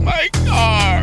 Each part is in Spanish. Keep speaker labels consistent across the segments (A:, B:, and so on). A: My car.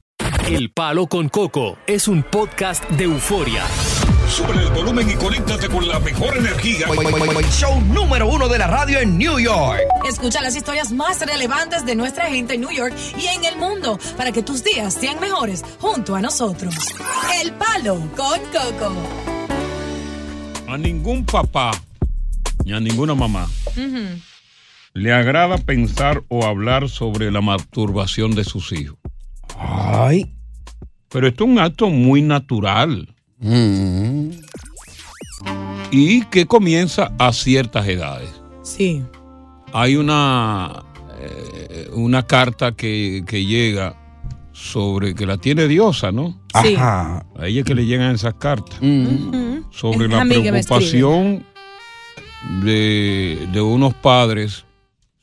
B: El Palo con Coco es un podcast de euforia.
C: Sube el volumen y conéctate con la mejor energía.
D: Show número uno de la radio en New York.
E: Escucha las historias más relevantes de nuestra gente en New York y en el mundo para que tus días sean mejores junto a nosotros. El Palo con Coco.
F: A ningún papá ni a ninguna mamá le agrada pensar o hablar sobre la masturbación de sus hijos. Ay. Pero esto es un acto muy natural. Y que comienza a ciertas edades.
E: Sí.
F: Hay una, eh, una carta que, que llega sobre que la tiene Diosa, ¿no?
G: Sí.
F: Ajá. A ella que le llegan esas cartas.
D: Mm.
F: Sobre
G: Es
F: la
G: a mí que me
F: preocupación de, de unos padres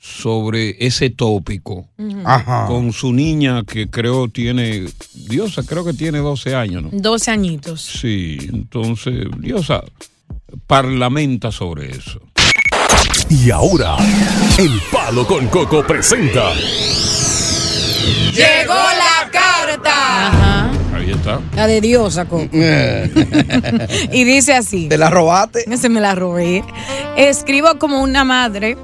F: sobre ese tópico
G: Ujú. Ajá.
F: con su niña que creo tiene, Diosa creo que tiene 12 años, ¿no?
G: 12 añitos.
F: Sí, entonces Diosa parlamenta sobre eso.
H: Y ahora, El Palo con Coco presenta
D: Llegó la carta.
F: Ahí está.
E: La de Diosa, Coco. Y dice así.
D: Eh. ¿Te la robaste?
E: Se me la robé. Escribo como una madre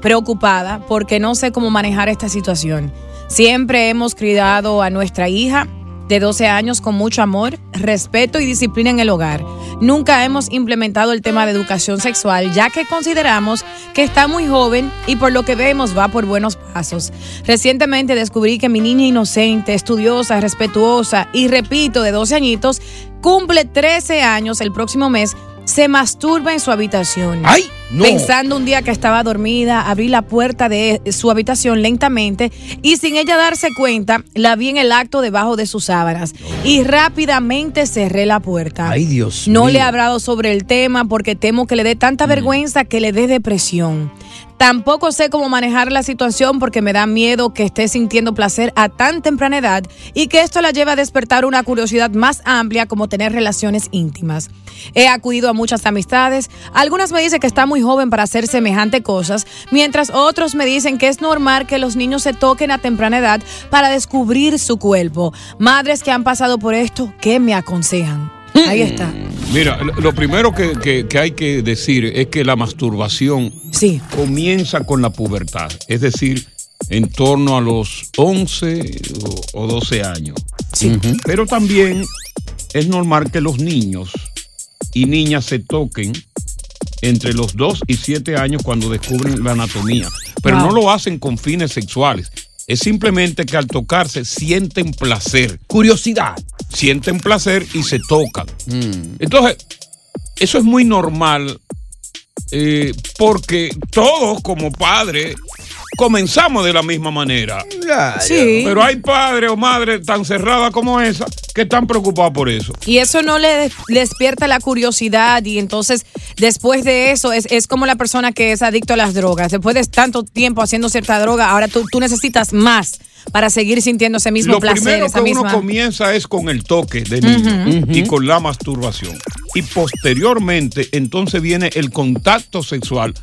E: preocupada porque no sé cómo manejar esta situación. Siempre hemos criado a nuestra hija de 12 años con mucho amor, respeto y disciplina en el hogar. Nunca hemos implementado el tema de educación sexual ya que consideramos que está muy joven y por lo que vemos va por buenos pasos. Recientemente descubrí que mi niña inocente, estudiosa, respetuosa y repito, de 12 añitos, cumple 13 años el próximo mes, se masturba en su habitación.
D: ¡Ay! ¡No!
E: Pensando un día que estaba dormida, abrí la puerta de su habitación lentamente y sin ella darse cuenta, la vi en el acto debajo de sus sábanas y rápidamente cerré la puerta.
D: Ay, Dios
E: No
D: mío.
E: le he hablado sobre el tema porque temo que le dé tanta vergüenza que le dé depresión. Tampoco sé cómo manejar la situación porque me da miedo que esté sintiendo placer a tan temprana edad y que esto la lleve a despertar una curiosidad más amplia como tener relaciones íntimas. He acudido a muchas amistades, algunas me dicen que está muy joven para hacer semejante cosas, mientras otros me dicen que es normal que los niños se toquen a temprana edad para descubrir su cuerpo. Madres que han pasado por esto, ¿qué me aconsejan? Ahí está.
F: Mira, lo- lo primero que, que- que hay que decir es que la masturbación comienza con la pubertad, es decir, en torno a los 11 o, o 12 años. Ujú. Pero también es normal que los niños y niñas se toquen entre los 2 y 7 años cuando descubren la anatomía, pero
G: Wow.
F: no lo hacen con fines sexuales. Es simplemente que al tocarse sienten placer. Curiosidad. Sienten placer y se tocan. Entonces, eso es muy normal eh, porque todos como padres comenzamos de la misma manera.
E: Sí.
F: Pero hay padres o madres tan cerradas como esa que están preocupados por eso.
E: Y eso no le des- le despierta la curiosidad y entonces después de eso es, es como la persona que es adicto a las drogas. Después de tanto tiempo haciendo cierta droga, ahora tú, tú necesitas más para seguir sintiendo ese mismo
F: Lo
E: placer,
F: primero
E: esa
F: que uno
E: misma...
F: comienza es con el toque de niño
E: Ujú.
F: y con la masturbación. Y posteriormente, entonces viene el contacto sexual,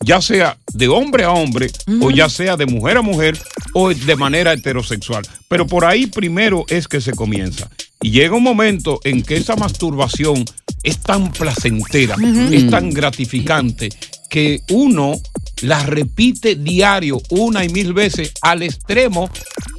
F: ya sea de hombre a hombre, o ya sea de mujer a mujer, o de manera heterosexual. Pero por ahí primero es que se comienza. Y llega un momento en que esa masturbación es tan placentera,
G: Ujú.
F: es tan gratificante, que uno la repite diario, una y mil veces, al extremo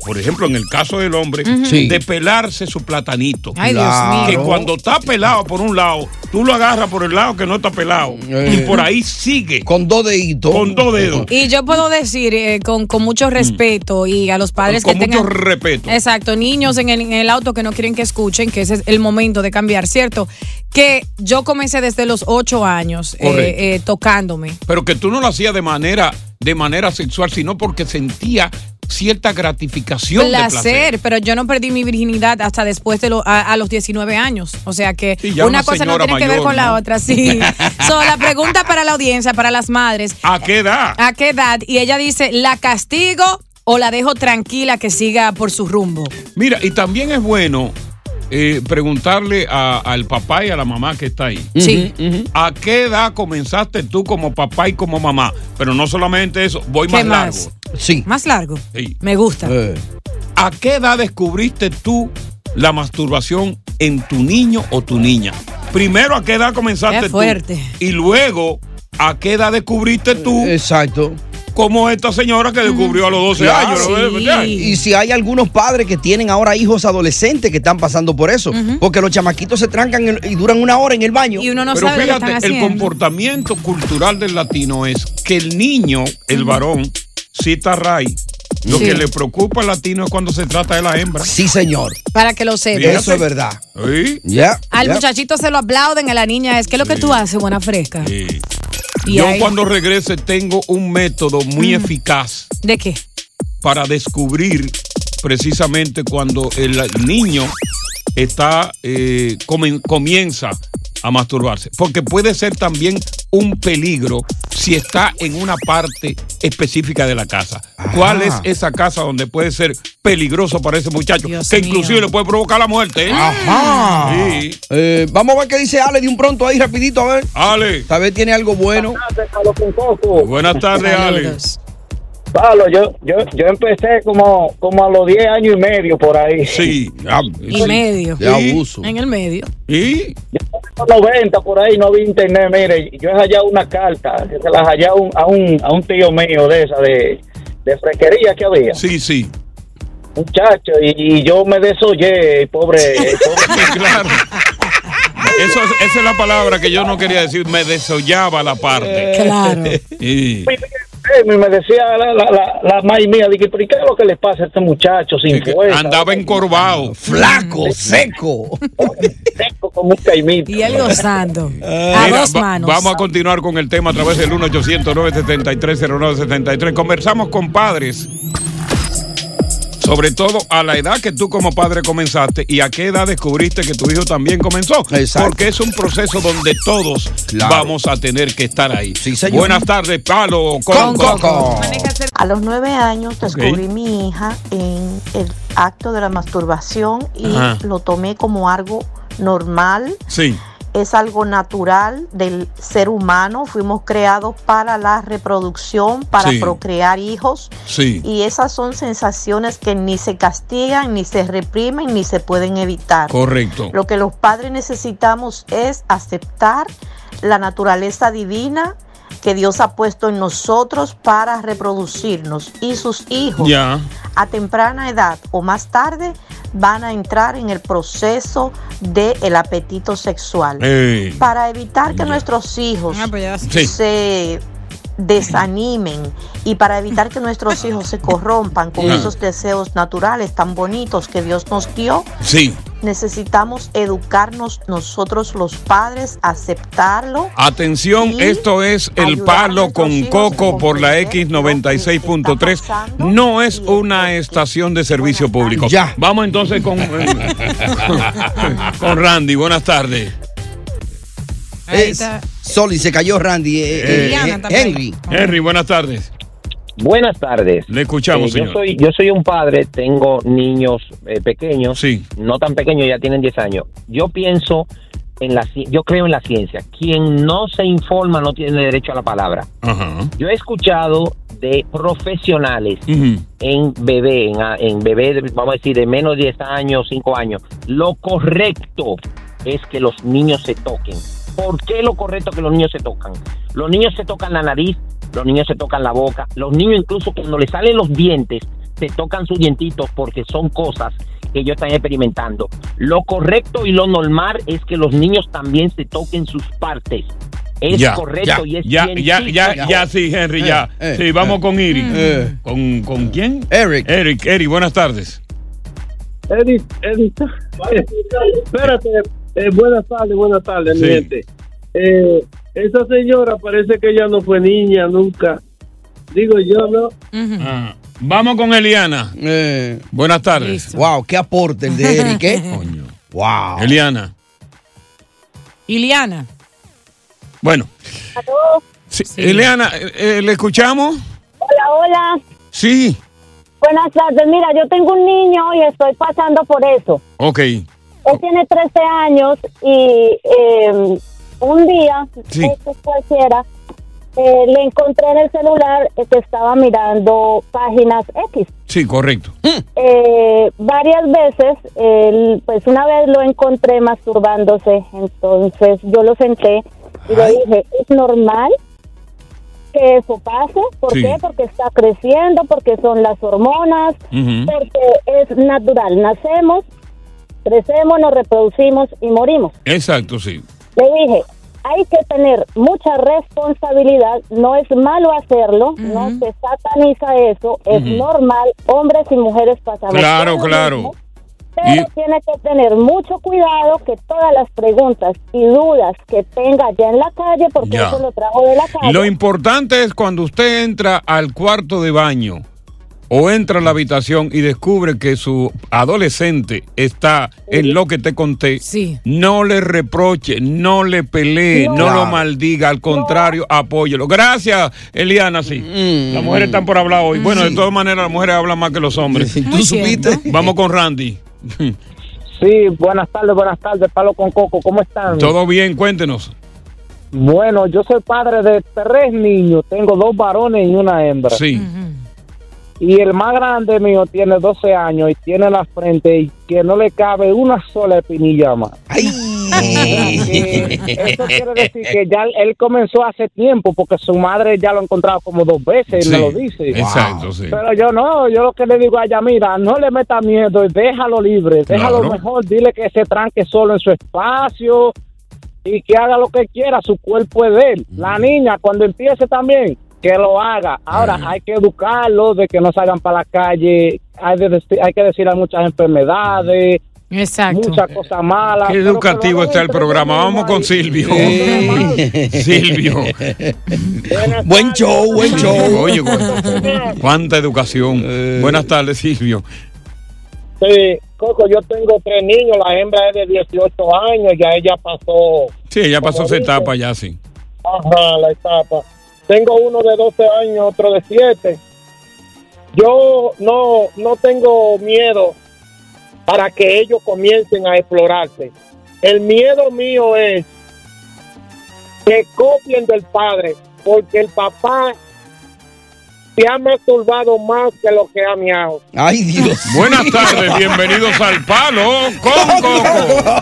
F: por ejemplo, en el caso del hombre,
G: Ujú. Sí.
F: de pelarse su platanito.
G: Ay, Dios mío.
F: Que cuando está pelado por un lado, tú lo agarras por el lado que no está pelado. Y por ahí sigue.
G: Eh. Con dos deditos.
F: Con dos dedos.
E: Y yo puedo decir eh, con, con mucho respeto y a los padres
F: Con
E: que tengan... eh,
F: mucho respeto.
E: Exacto, niños en el, en el auto que no quieren que escuchen, que ese es el momento de cambiar, ¿cierto? Que yo comencé desde los ocho años eh,
F: Correcto.
E: eh, tocándome.
F: Pero que tú no lo hacías de manera, de manera sexual, sino porque sentía cierta gratificación de placer.
E: placer, pero yo no perdí mi virginidad hasta después de lo- a, a los 19 años. O sea que
F: Sí, ya
E: una,
F: una
E: cosa no
F: señora
E: tiene que ver
F: mayor,
E: con la
F: ¿no?
E: otra, sí. so, la pregunta para la audiencia, para las madres,
F: ¿A qué edad?
E: ¿a qué edad? Y ella dice, ¿la castigo o la dejo tranquila que siga por su rumbo?
F: Mira, y también es bueno eh, preguntarle a- al papá y a la mamá que está ahí.
E: Sí.
F: ¿A qué edad comenzaste tú como papá y como mamá? Pero no solamente eso, voy
E: ¿Qué
F: más,
E: más?
F: largo.
G: Sí.
E: Más largo.
F: Sí.
E: Me gusta.
D: Eh,
F: ¿A qué edad descubriste tú la masturbación en tu niño o tu niña? Primero, ¿a qué edad comenzaste
E: Qué fuerte.
F: tú? Y luego, ¿a qué edad descubriste tú?
G: Eh, Exacto.
F: Como esta señora que descubrió a los 12
G: Claro.
F: años. ¿no?
G: Y si hay algunos padres que tienen ahora hijos adolescentes que están pasando por eso, porque los chamaquitos se trancan en- y duran una hora en el baño.
E: Y uno
F: Pero fíjate, el comportamiento cultural del latino es que el niño, el varón, cita Ray, lo
E: Sí.
F: que le preocupa al latino es cuando se trata de la hembra.
G: Sí, señor.
E: Para que lo sepa.
F: Fíjate.
G: verdad.
F: Sí.
G: Ya.
E: Al muchachito se lo aplauden, a la niña es, ¿qué es lo que tú haces, buena fresca? Y
F: Yo
E: ahí-
F: cuando regrese tengo un método muy
E: Mm.
F: eficaz
E: ¿De qué?
F: para descubrir precisamente cuando el niño está eh, comen- comienza a masturbarse, porque puede ser también un peligro si está en una parte específica de la casa. ¿Cuál
G: Ah.
F: es esa casa donde puede ser peligroso para ese muchacho? que inclusive le puede provocar la muerte. ¿eh?
G: Ajá.
F: Sí.
G: Ah. Eh, vamos a ver qué dice Ale de un pronto ahí, rapidito, a ver.
F: Ale.
G: Tal vez tiene algo bueno.
F: Buenas tardes, Ale.
I: Pablo, yo, yo, yo empecé como, como a los 10 años y medio por ahí.
F: Sí.
E: Y medio. En el medio.
F: ¿Y?
I: Yo en los 90 por ahí no había internet. Mire, yo he hallado una carta, que se la hallé a un, a un, a un tío mío de esa, de, de fresquería que había.
F: Sí, sí.
I: Muchacho, y, y yo me desoyé, el pobre. eh, el pobre-
F: claro. Eso, es- esa es la palabra que yo no quería decir. Me desollaba la parte.
I: Claro.
F: Y-
I: y eh, me decía la, la, la, la maíz mía, dije, pero ¿y qué es lo que le pasa a este muchacho sin
E: pues,
I: fuerza?
F: Andaba encorvado.
G: Flaco, seco.
I: seco como un caimito.
E: Y él gozando. a
F: Mira,
E: dos
F: va-
E: manos.
F: vamos a continuar con el tema a través del 1-800-973-0973. Conversamos con padres, sobre todo a la edad que tú como padre comenzaste y a qué edad descubriste que tu hijo también comenzó. Porque es un proceso donde todos vamos a tener que estar ahí. Buenas tardes, Palo con, Coco.
J: A los nueve años descubrí mi hija en el acto de la masturbación y
F: Ajá.
J: lo tomé como algo normal.
F: Sí.
J: Es algo natural del ser humano. Fuimos creados para la reproducción, para
K: Sí.
J: procrear hijos.
K: Sí.
J: Y esas son sensaciones que ni se castigan, ni se reprimen, ni se pueden evitar.
F: Correcto.
J: Lo que los padres necesitamos es aceptar la naturaleza divina que Dios ha puesto en nosotros para reproducirnos y sus hijos
F: Ya.
J: a temprana edad o más tarde van a entrar en el proceso del apetito sexual.
F: Ey.
J: Para evitar que nuestros hijos se desanimen y para evitar que nuestros hijos se corrompan con
F: Ah.
J: esos deseos naturales tan bonitos que Dios nos dio,
F: Sí.
J: necesitamos educarnos nosotros los padres, aceptarlo.
F: Atención, esto es el palo con coco por la X96.3. No es una estación de servicio público. Ya. Vamos entonces con, con Randy. Buenas tardes.
G: Es- Sol, y se cayó Randy. eh, eh, eh, Henry.
F: Henry, buenas tardes.
K: Buenas tardes.
F: Le escuchamos,
K: Eh, yo
F: señor.
K: soy, yo soy un padre, tengo niños eh, pequeños, no tan pequeños, ya tienen 10 años. Yo pienso en la ci- yo creo en la ciencia. Quien no se informa no tiene derecho a la palabra. Yo he escuchado de profesionales en bebé, en, a- en bebé, de- vamos a decir, de menos de 10 años, 5 años. Lo correcto es que los niños se toquen. ¿Por qué lo correcto que los niños se tocan? Los niños se tocan la nariz, los niños se tocan la boca, los niños incluso cuando les salen los dientes, se tocan sus dientitos porque son cosas que ellos están experimentando. Lo correcto y lo normal es que los niños también se toquen sus partes. Es
F: ya,
K: correcto
F: ya,
K: y es
F: ya, ya, ya, ya,
K: científico.
F: sí, Henry,
K: Eh,
F: ya.
K: eh,
F: sí, vamos
K: eh.
F: con Eric.
K: Mm.
F: ¿Con, ¿Con quién? Eric. Eric, Eric, buenas tardes.
L: Eric, Eric, espérate, eh, buenas tardes, buenas tardes, mi
F: Sí.
L: gente. Eh, esa señora parece que ella no fue niña nunca. Digo yo, ¿no?
F: Ah, vamos con Eliana.
K: Eh.
F: buenas tardes.
G: Wow, qué aporte el de Eric, ¿eh? Wow.
F: Eliana.
E: Iliana.
F: Bueno. Sí, Eliana, eh, eh, ¿le escuchamos?
M: Hola, hola.
F: Sí.
M: Buenas tardes. Mira, yo tengo un niño y estoy pasando por eso.
F: Ok.
M: Él tiene 13 años y eh, un día,
F: Sí.
M: esto es cualquiera, eh, le encontré en el celular eh, que estaba mirando páginas X.
F: Sí, correcto.
M: Eh, varias veces, él, pues una vez lo encontré masturbándose, entonces yo lo senté y le dije, es normal que eso pase, ¿por
N: Sí.
M: qué? Porque está creciendo, porque son las hormonas,
N: Ujú.
M: porque es natural, nacemos, crecemos, nos reproducimos y morimos.
F: Exacto, sí.
M: Le dije, hay que tener mucha responsabilidad, no es malo hacerlo, no se sataniza eso, es
F: Ujú.
M: normal, hombres y mujeres pasamos.
F: Claro,
M: por lo
F: claro.
M: mismo, Pero
F: Y-
M: tiene que tener mucho cuidado que todas las preguntas y dudas que tenga ya en la calle, porque
F: Ya.
M: eso lo trajo de la calle.
F: Lo importante es cuando usted entra al cuarto de baño o entra a la habitación y descubre que su adolescente está en lo que te conté, no le reproche, no le pelee, no,
M: No.
F: lo maldiga, al contrario, apóyelo. Gracias, Eliana, sí.
O: Mm.
F: Las mujeres están por hablar hoy. Bueno, de todas maneras, las mujeres hablan más que los hombres.
G: Tú supiste.
F: Vamos con Randy.
O: Sí, buenas tardes, buenas tardes, Palo con Coco, ¿cómo están?
F: Todo bien, cuéntenos.
O: Bueno, yo soy padre de tres niños, tengo dos varones y una hembra.
F: Sí.
O: Y el más grande mío tiene 12 años y tiene la frente y que no le cabe una sola espinilla más. Eso quiere decir que ya él comenzó hace tiempo porque su madre ya lo ha encontrado como dos veces y me
F: Sí,
O: lo dice.
F: exacto, sí.
O: Pero yo no, yo lo que le digo a ella, mira, no le meta miedo, déjalo libre, déjalo
F: Claro.
O: mejor, dile que se tranque solo en su espacio y que haga lo que quiera, su cuerpo es de él. La niña, cuando empiece también, que lo haga. Ahora, hay que educarlo de que no salgan para la calle, hay, de deci- hay que decirle muchas enfermedades. Muchas cosas malas.
F: Qué
O: pero que lo
F: educativo
O: hagan
F: está el
O: entre
F: programa.
O: ellos
F: Vamos con Silvio. Silvio.
G: Buen show, buen show.
F: Oye, cu- cuánta educación. Buenas tardes, Silvio.
O: Sí, Coco, yo tengo tres niños, la hembra es de 18 años, ya ella pasó
F: Sí, ya pasó
O: Como
F: esa
O: dice.
F: etapa ya, sí.
O: ajá, la etapa. Tengo uno de 12 años, otro de 7. Yo no, no tengo miedo para que ellos comiencen a explorarse. El miedo mío es que copien del padre, porque el papá se ha masturbado más que lo que ha miado.
G: Ay, Dios.
F: Buenas tardes, bienvenidos al Palo con Coco.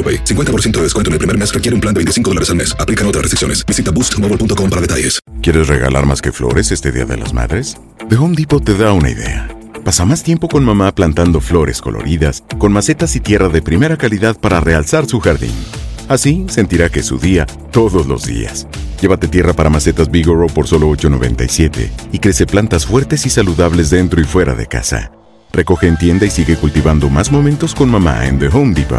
P: 50% de descuento en el primer mes requiere un plan de 25 dólares al mes. Aplican otras restricciones. Visita boostmobile.com para detalles.
Q: ¿Quieres regalar más que flores este Día de las Madres? The Home Depot te da una idea. Pasa más tiempo con mamá plantando flores coloridas, con macetas y tierra de primera calidad para realzar su jardín. Así sentirá que es su día todos los días. Llévate tierra para macetas Bigoro por solo $8.97 y crece plantas fuertes y saludables dentro y fuera de casa. Recoge en tienda y sigue cultivando más momentos con mamá en The Home Depot.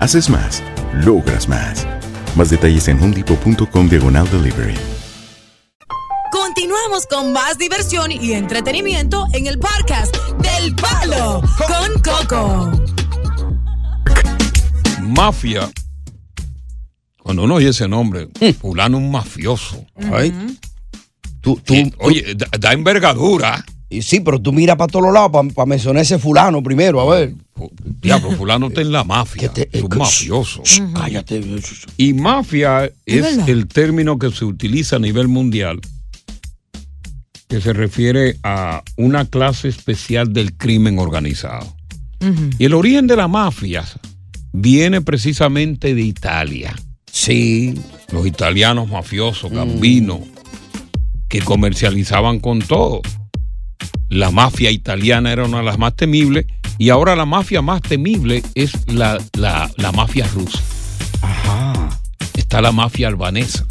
Q: Haces más, logras más. Más detalles en homedepot.com diagonal delivery.
A: Continuamos con más diversión y entretenimiento en el podcast del Palo con Coco.
F: Mafia. Cuando uno oye ese nombre, fulano un mafioso.
G: Ay. Tú, tú,
F: Y, oye, da, da envergadura.
G: Y sí, pero tú mira para todos los lados, para mencionar ese fulano primero, a ver.
F: Diablo, fulano está en la mafia. Es un mafioso.
G: cállate.
F: Y mafia es,
G: verdad.
F: el término que se utiliza a nivel mundial que se refiere a una clase especial del crimen organizado. Y el origen de la mafia viene precisamente de Italia.
G: Sí. Mm.
F: Los italianos mafiosos, gambinos, que comercializaban con todo. La mafia italiana era una de las más temibles y ahora la mafia más temible es la, la- la mafia rusa. Está la mafia albanesa.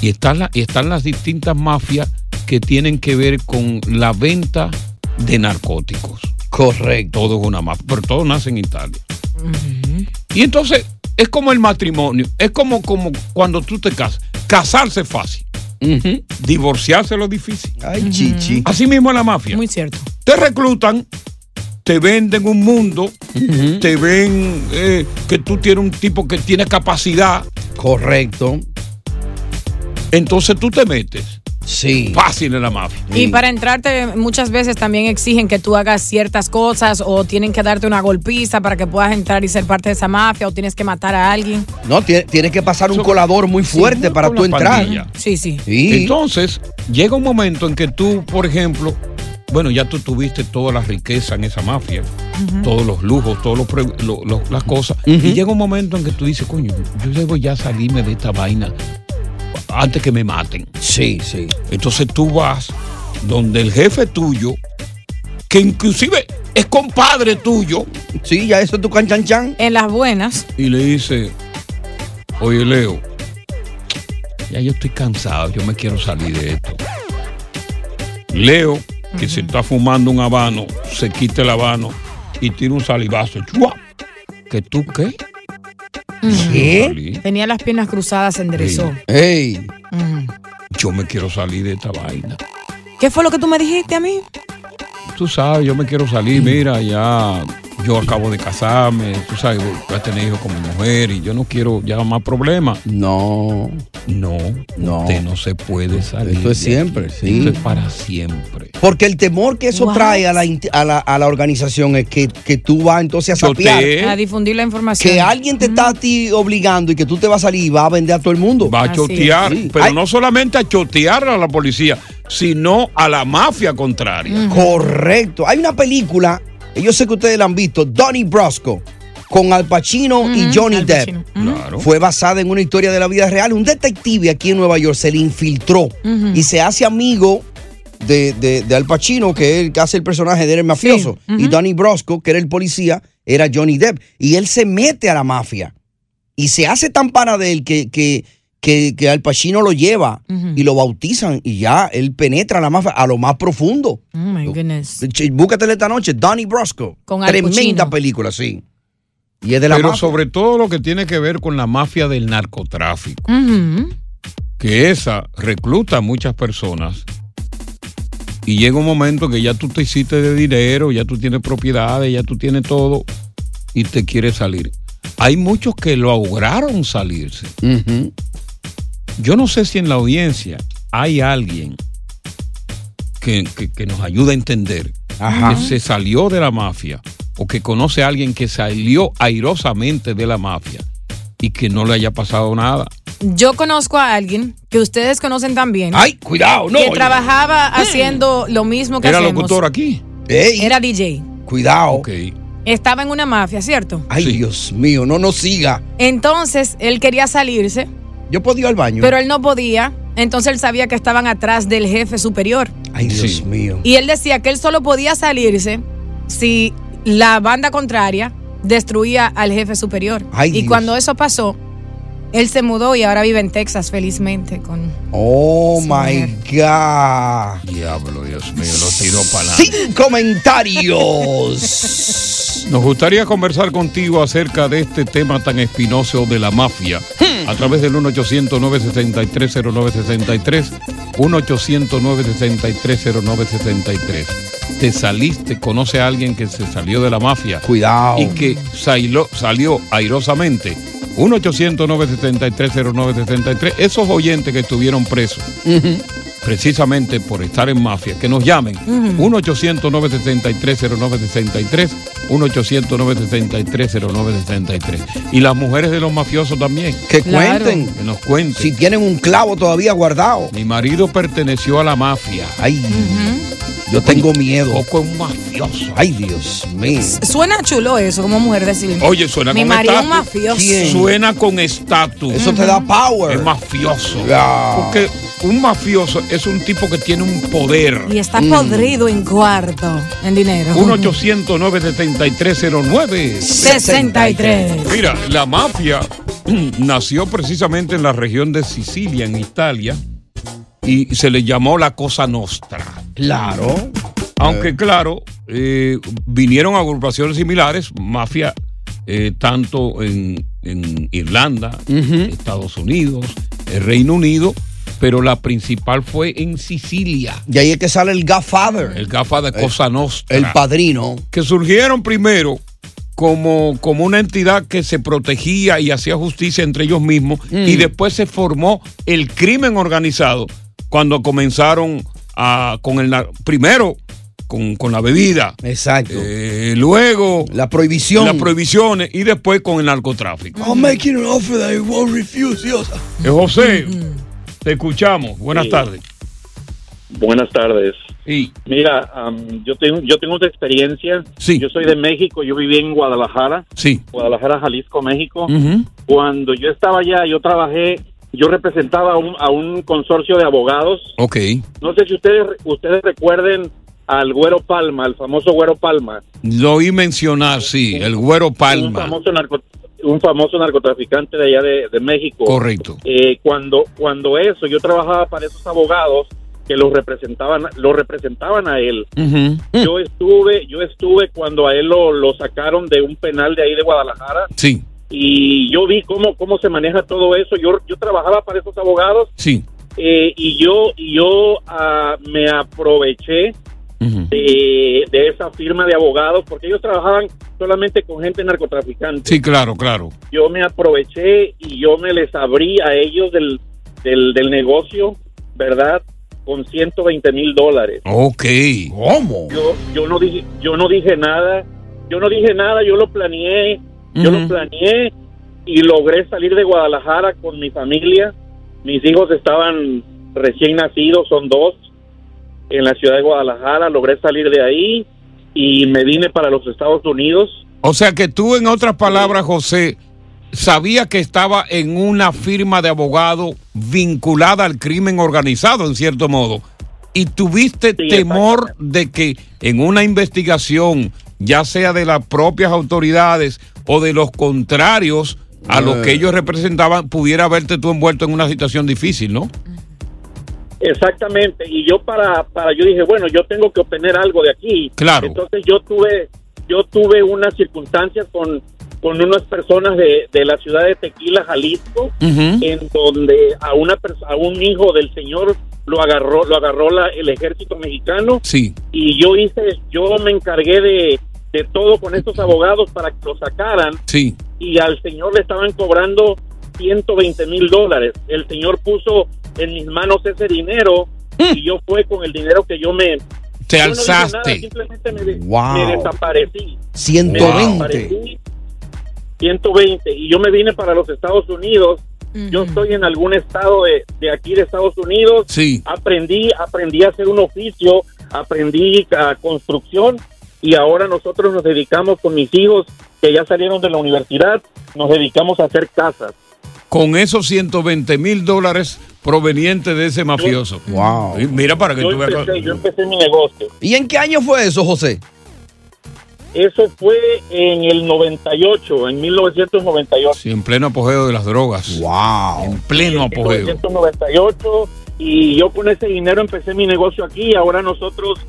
F: Y están, la- y están las distintas mafias que tienen que ver con la venta de narcóticos.
G: Correcto.
F: Todo es una mafia, pero todo nace en Italia. Y entonces es como el matrimonio, es como, como cuando tú te casas. Casarse es fácil, divorciarse es lo difícil.
G: Ay, chichi.
F: Así mismo es la mafia.
E: Muy cierto.
F: Te reclutan, te venden un mundo, te ven eh, que tú tienes un tipo que tiene capacidad.
G: Correcto.
F: Entonces tú te metes.
G: Sí.
F: Fácil en la mafia.
G: Mm.
E: Y para entrarte muchas veces también exigen que tú hagas ciertas cosas o tienen que darte una golpiza para que puedas entrar y ser parte de esa mafia o tienes que matar a alguien.
G: No, tie- tienes que pasar un colador muy fuerte para
F: con
G: tú
F: la
G: entrar.
F: pandilla.
E: Sí, sí.
F: Entonces, llega un momento en que tú, por ejemplo, bueno, ya tú tuviste toda la riqueza en esa mafia,
N: Ujú.
F: todos los lujos, todas las cosas, y llega un momento en que tú dices, coño, yo debo ya salirme de esta vaina antes que me maten.
G: Sí, sí.
F: Entonces tú vas donde el jefe tuyo, que inclusive es compadre tuyo,
G: sí, ya eso es tu canchanchan.
E: En las buenas.
F: y le dice, oye Leo, ya yo estoy cansado, yo me quiero salir de esto. Leo, que se está fumando un habano, se quita el habano y tira un salivazo. ¡Chua! ¿Que tú qué? ¿Qué?
E: Tenía las piernas cruzadas, se enderezó.
F: ¡Ey!
E: Ujú.
F: Yo me quiero salir de esta vaina.
E: ¿Qué fue lo que tú me dijiste a mí?
F: Tú sabes, yo me quiero salir, mira, ya yo acabo de casarme, tú sabes, voy a tener hijos con mi mujer y yo no quiero ya más problemas.
G: No.
F: No.
G: No.
F: Usted no se puede salir.
G: Esto es
F: de aquí.
G: siempre, sí.
F: Esto es para siempre.
G: Porque el temor que eso
E: What?
G: trae a la, int- a la, a la organización es que, que tú vas entonces a sapear.
E: A difundir la información.
G: Que alguien te está a ti obligando y que tú te vas a salir y vas a vender a todo el mundo.
F: Va a chotear, pero no solamente a chotear a la policía, sino a la mafia contraria.
G: Correcto. Hay una película, y yo sé que ustedes la han visto, Donnie Brasco, con Al
E: Mm,
G: Pacino y Johnny Depp. Fue basada en una historia de la vida real. Un detective aquí en Nueva York se le infiltró
E: Mm,
R: Ujú.
G: y se hace amigo de, de- de Al Pacino, que es el que hace el personaje de él, el mafioso. Y Donnie Brasco, que era el policía, era Johnny Depp. Y él se mete a la mafia y se hace tan pana de él que, que, que, que Al Pacino lo lleva y lo bautizan y ya él penetra a la mafia a lo más profundo.
E: Oh my goodness.
G: Ch- Búscatela esta noche, Donnie Brasco.
E: Con Al
G: Tremenda
E: Pacino.
G: película, sí. Y es de la
F: pero
G: mafia.
E: Mm-hmm.
F: sobre todo lo que tiene que ver con la mafia del narcotráfico.
E: Ujú.
F: que esa recluta a muchas personas y llega un momento que ya tú te hiciste de dinero, ya tú tienes propiedades, ya tú tienes todo y te quieres salir. Hay muchos que lograron salirse. Yo no sé si en la audiencia hay alguien que, que- que nos ayude a entender
G: Ajá.
F: que se salió de la mafia o que conoce a alguien que salió airosamente de la mafia y que no le haya pasado nada.
E: Yo conozco a alguien que ustedes conocen también.
F: Ay, cuidado, no,
E: Que
F: oye.
E: trabajaba haciendo lo mismo que
F: Era
E: hacemos.
F: locutor aquí.
E: Era DJ.
G: Cuidado.
E: Estaba en una mafia, ¿cierto?
G: Ay, Dios mío, no nos siga.
E: Entonces él quería salirse,
G: Yo podía ir al baño.
E: pero él no podía. Entonces él sabía que estaban atrás del jefe superior.
G: Ay, Dios mío.
E: Y él decía que él solo podía salirse si la banda contraria destruía al jefe superior.
G: Ay,
E: y
G: Dios.
E: cuando eso pasó, él se mudó y ahora vive en Texas felizmente con
G: Oh my God.
F: Diablo, Dios mío, lo tiró para adelante.
G: Sin comentarios.
F: Nos gustaría conversar contigo acerca de este tema tan espinoso de la mafia a través del 1-800-963-0963. 1-800-963-0963. Te saliste, conoce a alguien que se salió de la mafia.
G: Cuidado.
F: Y que salió, salió airosamente. 1-800-963-0963. Esos oyentes que estuvieron presos precisamente por estar en mafia, que nos llamen. 1-800-963-0963, 1-800-963-0963. Y las mujeres de los mafiosos también.
G: Que Claro. cuenten.
F: Que nos cuenten.
G: Si tienen un clavo todavía guardado.
F: Mi marido perteneció a la mafia.
G: Ay, yo tengo miedo.
F: Poco es un mafioso.
G: Ay, Dios mío.
E: Suena chulo eso, como mujer decir.
F: Oye, suena
E: Mi
F: con
E: marido es
F: estatus.
E: un mafioso.
F: Suena con estatus.
G: Eso te da power.
F: Es mafioso.
G: Ya.
F: Porque un mafioso es un tipo que tiene un poder.
E: Y está
G: Mm.
E: podrido en cuarto, en dinero.
F: 1-800-973-09.
E: 63.
F: Mira, la mafia nació precisamente en la región de Sicilia, en Italia, y se le llamó la Cosa Nostra.
G: Claro.
F: Aunque, claro, eh, vinieron agrupaciones similares, mafia, eh, tanto en, en Irlanda, Estados Unidos, el Reino Unido, pero la principal fue en Sicilia.
G: Y ahí es que sale el Godfather.
F: El gafa de Cosa Nostra.
G: El padrino.
F: Que surgieron primero como, como una entidad que se protegía y hacía justicia entre ellos mismos. Y después se formó el crimen organizado cuando comenzaron a, con el nar- primero con, con la bebida.
G: Exacto.
F: Eh, luego.
G: La prohibición.
F: Las prohibiciones. Y después con el narcotráfico.
G: I'm making an offer that you won't refuse, Dios.
F: Eh, José, te escuchamos. Buenas
S: Sí.
F: tardes.
S: Buenas tardes.
F: Sí.
S: Mira, am, yo tengo yo tengo otra experiencia. Yo soy de México, yo viví en Guadalajara,
F: Sí.
S: Guadalajara, Jalisco, México.
F: Mm.
S: Cuando yo estaba allá, yo trabajé, yo representaba a un, a un consorcio de abogados.
F: Ok.
S: No sé si ustedes ustedes recuerden al Güero Palma, al famoso Güero Palma,
F: Lo oí mencionar, sí, el Güero
S: un
F: Palma.
S: famoso narco- un famoso narcotraficante de allá de, de México.
F: Correcto.
S: Eh, cuando cuando eso, yo trabajaba para esos abogados que los representaban lo representaban a él.
F: Mm.
S: Yo estuve, yo estuve cuando a él lo, lo sacaron de un penal de ahí de Guadalajara
F: Sí,
S: y yo vi cómo, cómo se maneja todo eso. Yo, yo trabajaba para esos abogados
F: sí.
S: eh, y yo, y yo ah, me aproveché
F: Mm-hmm.
S: de, de esa firma de abogados porque ellos trabajaban solamente con gente narcotraficante.
F: Sí, claro, claro.
S: Yo me aproveché y yo me les abrí a ellos del, del, del negocio, ¿verdad? Con 120 mil dólares.
F: Ok.
S: ¿Cómo? Yo, yo no dije, yo no dije nada, yo no dije nada, yo lo planeé, yo lo planeé y logré salir de Guadalajara con mi familia. Mis hijos estaban recién nacidos, son dos, en la ciudad de Guadalajara, logré salir de ahí y me vine para los Estados Unidos.
F: O sea que tú, en otras palabras, José, sabía que estaba en una firma de abogado vinculada al crimen organizado, en cierto modo, y tuviste temor de que en una investigación, ya sea de las propias autoridades o de los contrarios a los que ellos representaban, pudiera haberte tú envuelto en una situación difícil, ¿no?
S: Exactamente, y yo para, para yo dije, bueno, yo tengo que obtener algo de aquí.
F: Claro.
S: Entonces yo tuve yo tuve unas circunstancias con con unas personas de, de la ciudad de Tequila, Jalisco, en donde a una pers- a un hijo del señor lo agarró lo agarró la- el ejército mexicano
F: Sí.
S: y yo hice yo me encargué de, de todo con estos abogados para que lo sacaran
F: Sí.
S: y al señor le estaban cobrando 120 mil dólares. El señor puso en mis manos ese dinero y yo fue con el dinero que yo me...
F: Te
S: yo no dije nada,
F: alzaste.
S: simplemente me, de-
G: Wow.
S: me desaparecí.
G: 120.
S: Me desaparecí, 120. Y yo me vine para los Estados Unidos. Yo estoy en algún estado de, de aquí de Estados Unidos.
F: Sí.
S: Aprendí, aprendí a hacer un oficio, aprendí a construcción y ahora nosotros nos dedicamos con mis hijos que ya salieron de la universidad, nos dedicamos a hacer casas.
F: Con esos 120 mil dólares provenientes de ese mafioso.
G: Wow.
F: Mira para que
S: Yo
F: tú veas.
S: empecé, yo empecé mi negocio.
G: ¿Y en qué año fue eso, José?
S: Eso fue en el 98, en 1998.
F: Sí, en pleno apogeo de las drogas.
G: Wow.
F: En pleno apogeo.
S: 1998 y yo con ese dinero empecé mi negocio aquí. Ahora nosotros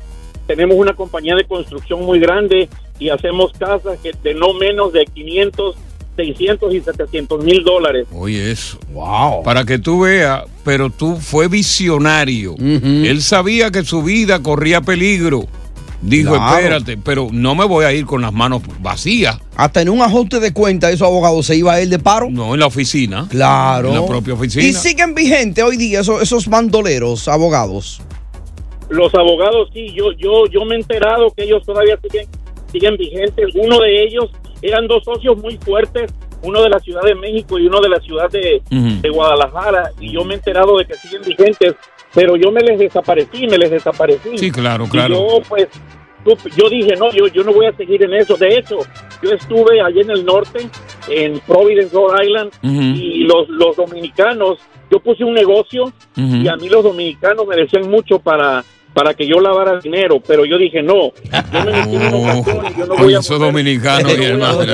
S: tenemos una compañía de construcción muy grande y hacemos casas que de no menos de 500, 600 y 700 mil dólares.
F: Oye, eso. Wow. Para que tú veas, pero tú fue visionario. Él sabía que su vida corría peligro. Dijo,
G: Claro.
F: espérate, pero no me voy a ir con las manos vacías.
G: Hasta en un ajuste de cuenta, esos abogados se iba a él de paro.
F: No, en la oficina.
G: Claro.
F: En la propia oficina.
G: Y siguen vigentes hoy día esos, esos bandoleros, abogados.
S: Los abogados, sí, yo, yo, yo me he enterado que ellos todavía siguen, siguen vigentes. Uno de ellos eran dos socios muy fuertes, uno de la Ciudad de México y uno de la Ciudad de,
F: Ujú.
S: de Guadalajara. Y yo me he enterado de que siguen vigentes, pero yo me les desaparecí, me les desaparecí.
F: Sí, claro,
S: Y
F: Oh, claro.
S: yo, pues, supe- yo dije, no, yo, yo no voy a seguir en eso. De hecho, yo estuve allá en el norte, en Providence, Rhode Island, y los, los dominicanos, yo puse un negocio y a mí los dominicanos me decían mucho para, para que yo lavara el dinero, pero yo dije, no, yo me metí en una ocasión y yo no voy
F: Oye,
S: a...
F: esos Oh, dominicanos, mi hermano.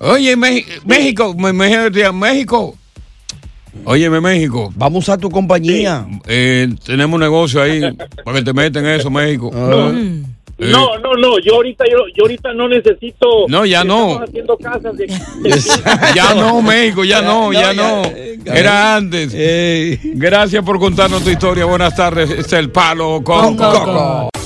F: Oye, Meji- México, me- me- México. Óyeme, México.
G: Vamos a tu compañía.
F: Eh, tenemos un negocio ahí para que te meten eso, México.
G: Ah,
F: Eh,
S: No, no, no, yo ahorita, yo, yo ahorita no necesito...
F: No, ya no.
S: Estamos haciendo casas de-
F: Ya no, México, ya no, ya eh, no. Era antes. Gracias por contarnos tu historia. Buenas tardes. Este es el Palo con Coco.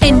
T: En